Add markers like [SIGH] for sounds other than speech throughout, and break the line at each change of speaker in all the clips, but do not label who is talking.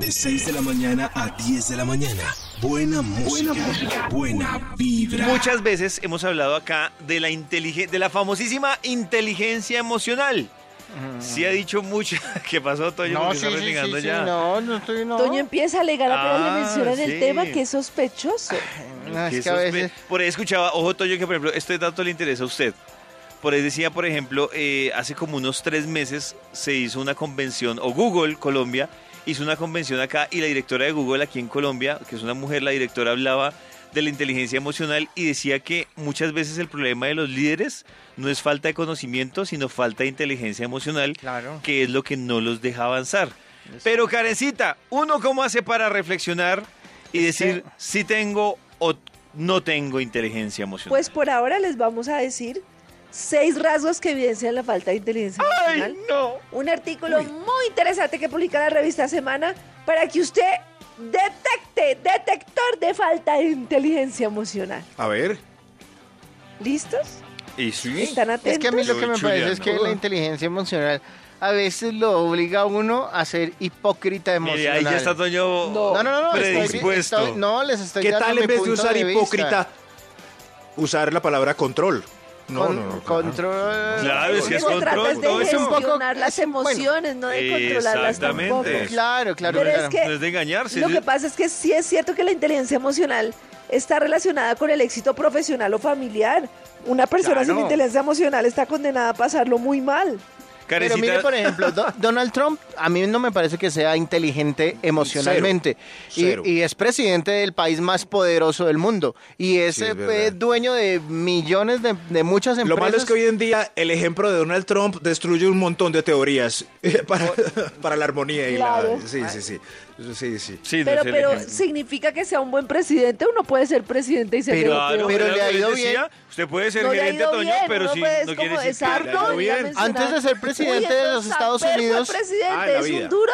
De 6 de la mañana a 10 de la mañana. Buena música. Buena, música. buena vibra.
Muchas veces hemos hablado acá de la, inteligen- de la famosísima inteligencia emocional. Sí ha dicho mucho [LAUGHS] que pasó Toño
Mm. No,
porque
sí,
está
sí, sí,
renegando
sí,
ya.
no, no estoy, no.
Toño empieza a alegar apenas
Ah,
le mencionan
sí.
el tema que es sospechoso.
No,
Que
Ah, es que a
esos pe-
veces...
Por ahí escuchaba, ojo Toño, que por ejemplo, este dato le interesa a usted. Por ahí decía, por ejemplo, eh, hace como unos tres meses se hizo una convención, o Google Colombia hizo una convención acá y la directora de Google aquí en Colombia, que es una mujer, la directora hablaba de la inteligencia emocional y decía que muchas veces el problema de los líderes no es falta de conocimiento, sino falta de inteligencia emocional,
Claro.
que es lo que no los deja avanzar. Pero Karencita, ¿uno cómo hace para reflexionar y
Es que-
decir si tengo o no tengo inteligencia emocional?
Pues por ahora les vamos a decir seis rasgos que evidencian la falta de inteligencia emocional.
no!
Un artículo muy interesante que publica la revista Semana para que usted detecte, detector de falta de inteligencia emocional.
A ver.
¿Listos?
¿Y sí?
¿Están atentos?
Es que a mí lo
Soy
que me parece es que
Juliana.
la inteligencia emocional a veces lo obliga a uno a ser hipócrita
Mire,
emocional.
ahí ya está Toño
No.
No, no, no, no, estoy-
predispuesto.
estoy- no, les estoy
¿Qué
dando
tal
mi
en vez de
punto
usar
vista.
hipócrita, usar la palabra control? No,
Con-
no, no. claro.
Control.
Claro, es que es
se trata
control,
es de
todo eso.
gestionar las
Es un poco-
emociones, no de controlarlas
Exactamente.
tampoco.
Claro, claro,
Pero
claro.
es que
No es de engañarse.
Lo que pasa es que sí es cierto que la inteligencia emocional está relacionada con el éxito profesional o familiar. Una persona
Claro.
sin inteligencia emocional está condenada a pasarlo muy mal.
Pero
Karencita,
mire, por ejemplo, Do- Donald Trump, a mí no me parece que sea inteligente emocionalmente. Y-
Cero.
Y, es presidente del país más poderoso del mundo. Y es,
Sí, es
eh,
verdad.
dueño de millones de, de muchas
Lo
empresas.
malo es que hoy en día el ejemplo de Donald Trump destruye un montón de teorías [LAUGHS] para, para la armonía y
Claro.
la... Sí, sí, sí. Sí, sí.
sí, no
pero
es el
pero
ejemplo.
significa que sea un buen presidente. Uno puede ser presidente y ser
Pero-
europeo.
pero
era
le
lo
ha
que
ido
les decía, Usted puede ser
No le ha
gerente,
ido
Toño,
bien,
pero
uno
sí,
pues,
no
como
quiere decir que...
exacto,
le ha ido
y ya
bien.
mencionaba.
Antes de ser presidente
Uy, entonces
de los
San
Estados
Pedro fue
Unidos-
Ah,
presidente,
la
¿Es
vida.
un duro?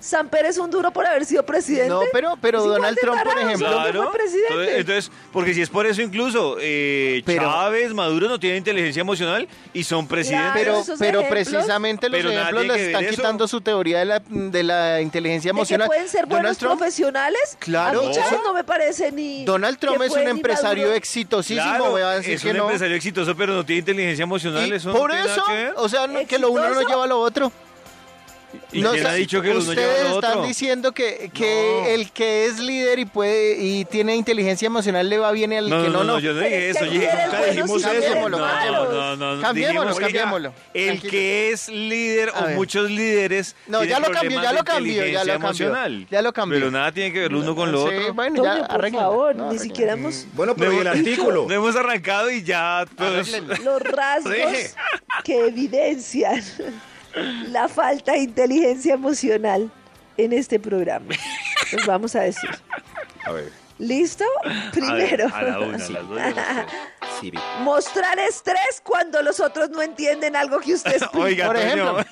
¿San Pérez es un duro por haber sido presidente?
No, pero- pero
Es igual
Donald
de
Trump, por
tarado,
ejemplo-
¿no?
Claro.
Fue presidente.
Entonces, entonces, porque si es por eso incluso, eh,
Pero-
Chávez, Maduro no tienen inteligencia emocional y son presidentes.
Claro,
Pero,
esos
pero
ejemplos.
precisamente los
Pero nada
ejemplos
tiene
les
que
están
ver eso.
quitando su teoría de la, de la inteligencia
de que
emocional.
pueden ser buenos
Donald Trump,
profesionales.
Claro.
A mí Chávez
No.
no me parece ni.
Donald Trump
que
es
fue
un
ni
empresario
maduro.
exitosísimo,
Claro,
me va a decir
es
que
un
no.
empresario exitoso, pero no tiene inteligencia emocional.
Y
eso no
por
tiene nada
eso,
que ver.
o sea, no- que lo uno no
¿Exitoso?
lleva a lo otro.
¿Y
No,
quién
o sea,
ha dicho que los uno lleva
ustedes
al otro?
están diciendo que, que
No.
el que es líder y puede y tiene inteligencia emocional le va bien y al
No,
que
no, no,
no,
yo no dije
Es
eso.
que
yo
aquí
dije,
eres
nunca
bueno
dijimos
si
eso.
eres
No,
malo.
no, no, no,
Cambiémoslo,
dijimos que
cambiémoslo.
El
Tranquilo.
que es líder o
ver.
muchos líderes.
No,
tienen
ya lo cambió,
problemas
ya
de
lo cambió, ya lo
inteligencia
cambió.
emocional.
Ya lo cambió.
Pero nada tiene que ver lo uno con lo
Sí,
otro.
Bueno,
Toño,
ya
por
arréglenlo.
favor,
No,
ni
arréglenlo.
siquiera hemos.
Bueno, pero
No
¿y el
hemos-
artículo?
No hemos arrancado y ya. pues, [LAUGHS]
Arréglenlo.
Los rasgos
Deje.
que evidencian la falta de inteligencia emocional en este programa. Los vamos a decir.
A ver.
¿Listo? Primero.
A, ver, a la una, a las dos. y a
[LAUGHS]
las tres.
Mostrar estrés cuando los otros no entienden algo
[LAUGHS]
que usted explica.
Oiga,
Por
Toño,
ejemplo,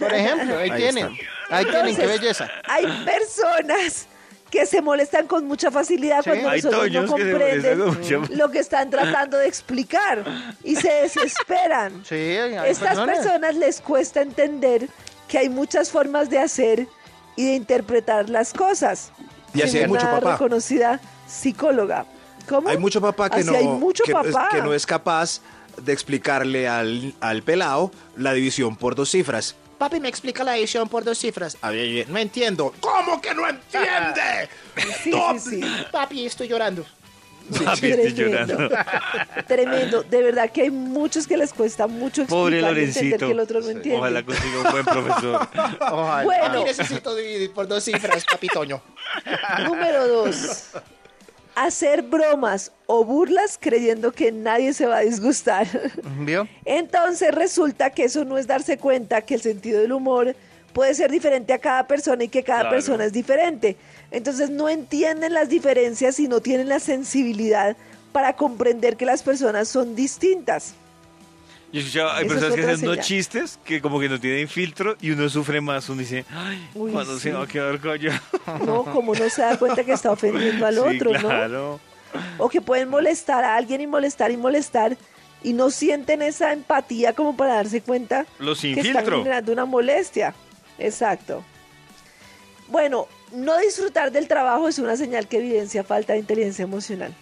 por ejemplo, ahí,
Ahí
tienen. Ahí tienen, qué
Entonces,
belleza.
Hay personas que se molestan con mucha facilidad
Sí.
cuando
Hay
los otros no
toños que se molestan
comprenden
con mucha-
lo que están tratando de explicar y se desesperan.
Sí, hay
Estas personas. les cuesta entender que hay muchas formas de hacer y de interpretar las cosas.
Y así hay
Según
mucho
una
papá.
reconocida psicóloga. ¿Cómo?
Hay mucho papá que
Así
no,
hay mucho
que, no es-
papá.
que no es capaz de explicarle al, al pelado la división por dos cifras. Papi, me explica la división por dos cifras. A ver, no entiendo. ¿Cómo que no [LAUGHS] entiende?
Sí, sí, sí.
Papi, estoy llorando.
papi, Ah, estoy llorando.
[LAUGHS] Tremendo. De verdad que hay muchos que les cuesta mucho explicar
Pobre
y entender
Lorencito.
que el otro no entiende.
Ojalá consiga un buen profesor.
[LAUGHS]
Ojalá.
Bueno,
necesito dividir por dos cifras, papitoño.
Número dos. Hacer bromas o burlas creyendo que nadie se va
[LAUGHS]
a disgustar.
¿Vio?
Entonces resulta que eso no es darse cuenta que el sentido del humor puede ser diferente a cada persona y que cada
Claro.
persona es diferente. Entonces no entienden las diferencias y no tienen la sensibilidad para comprender que las personas son distintas.
Yo escuchaba, hay
Esa es
personas que
otra
hacen unos
señal.
chistes que como que no tienen filtro y uno sufre más. Uno dice, ay,
Uy,
cuando se
sí.
va a quedar callado.
No,
[LAUGHS]
como no se da cuenta que está ofendiendo al
Sí,
otro, ¿no?
claro.
o que pueden molestar a alguien y molestar y molestar y no sienten esa empatía como para darse cuenta
Los sin
que están
filtro.
generando una molestia. Exacto. Bueno, no disfrutar del trabajo es una señal que evidencia falta de inteligencia emocional.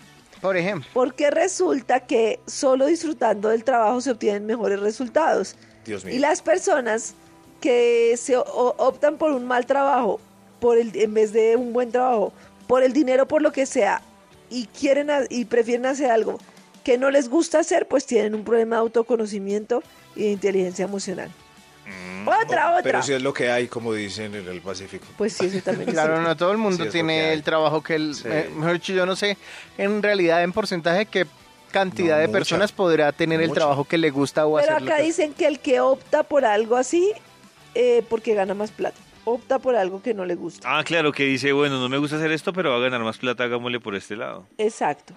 Por ejemplo.
Porque resulta que solo disfrutando del trabajo se obtienen mejores resultados.
Dios mío.
Y las personas que se o- optan por un mal trabajo, por el, en vez de un buen trabajo, por el dinero, por lo que sea, y quieren ha- y prefieren hacer algo que no les gusta hacer, pues tienen un problema de autoconocimiento y de inteligencia emocional. otra, otra.
Mm, oh, Pero si es lo que hay, como dicen en el Pacífico.
Pues sí, eso también es
Claro,
cierto.
no todo el
Sí,
mundo
es lo que
tiene
hay.
el trabajo que el.
Sí.
eh, mejor dicho, yo no sé en realidad en porcentaje qué cantidad
No,
de
mucha,
personas podrá tener el
mucha.
trabajo que le gusta o
Pero
hacer. lo
acá
que-
dicen que el que opta por algo así, eh, porque gana más plata, opta por algo que no le gusta.
Ah, claro, que dice, bueno, no me gusta hacer esto, pero va a ganar más plata, hagámosle por este lado.
Exacto.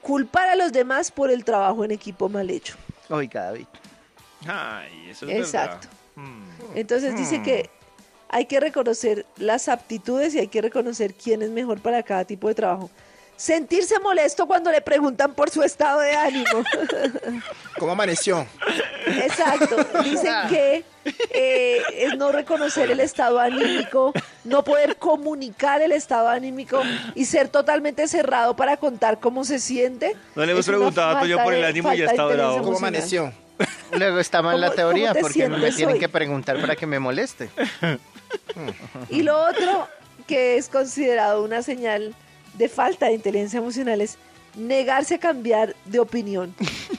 Culpar a los demás por el trabajo en equipo mal hecho.
Oiga, David.
Ay, eso es
Exacto.
verdad. Mm.
Entonces dice que
Hmm.
hay que reconocer las aptitudes y hay que reconocer quién es mejor para cada tipo de trabajo. Sentirse molesto cuando le preguntan por su estado de
[LAUGHS]
ánimo.
¿Cómo amaneció?
Exacto. Dicen que eh, es no reconocer el estado anímico, no poder comunicar el estado anímico y ser totalmente cerrado para contar cómo se siente.
No le hemos
Es una
preguntado a
falta
Toño por
de-
el ánimo y ya
falta de
está bravo.
inteligencia
¿Cómo
emocional.
amaneció?
Luego está mal la
¿Cómo- cómo
teoría
te
porque no me
sientes
tienen
hoy?
que preguntar para que me moleste.
Y lo otro que es considerado una señal de falta de inteligencia emocional es negarse a cambiar de opinión.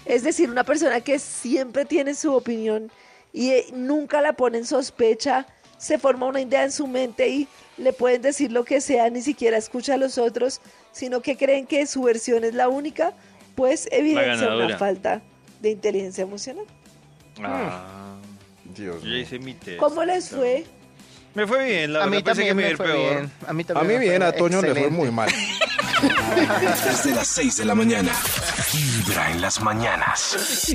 Es decir, una persona que siempre tiene su opinión y eh, nunca la pone en sospecha, se forma una idea en su mente y le pueden decir lo que sea, ni siquiera escucha a los otros, sino que creen que su versión es la única, pues evidencia una
ganadora.
falta de inteligencia emocional.
Ah,
Dios
yo ya hice mi test.
¿Cómo les fue?
Me fue bien, la
a mí
verdad pensé que me iba a
también me
ir
fue
peor.
bien. A mí,
A
también
mí
me
bien, a Toño le fue
excelente.
muy mal.
Desde las 6 de la mañana. Vibra en las mañanas.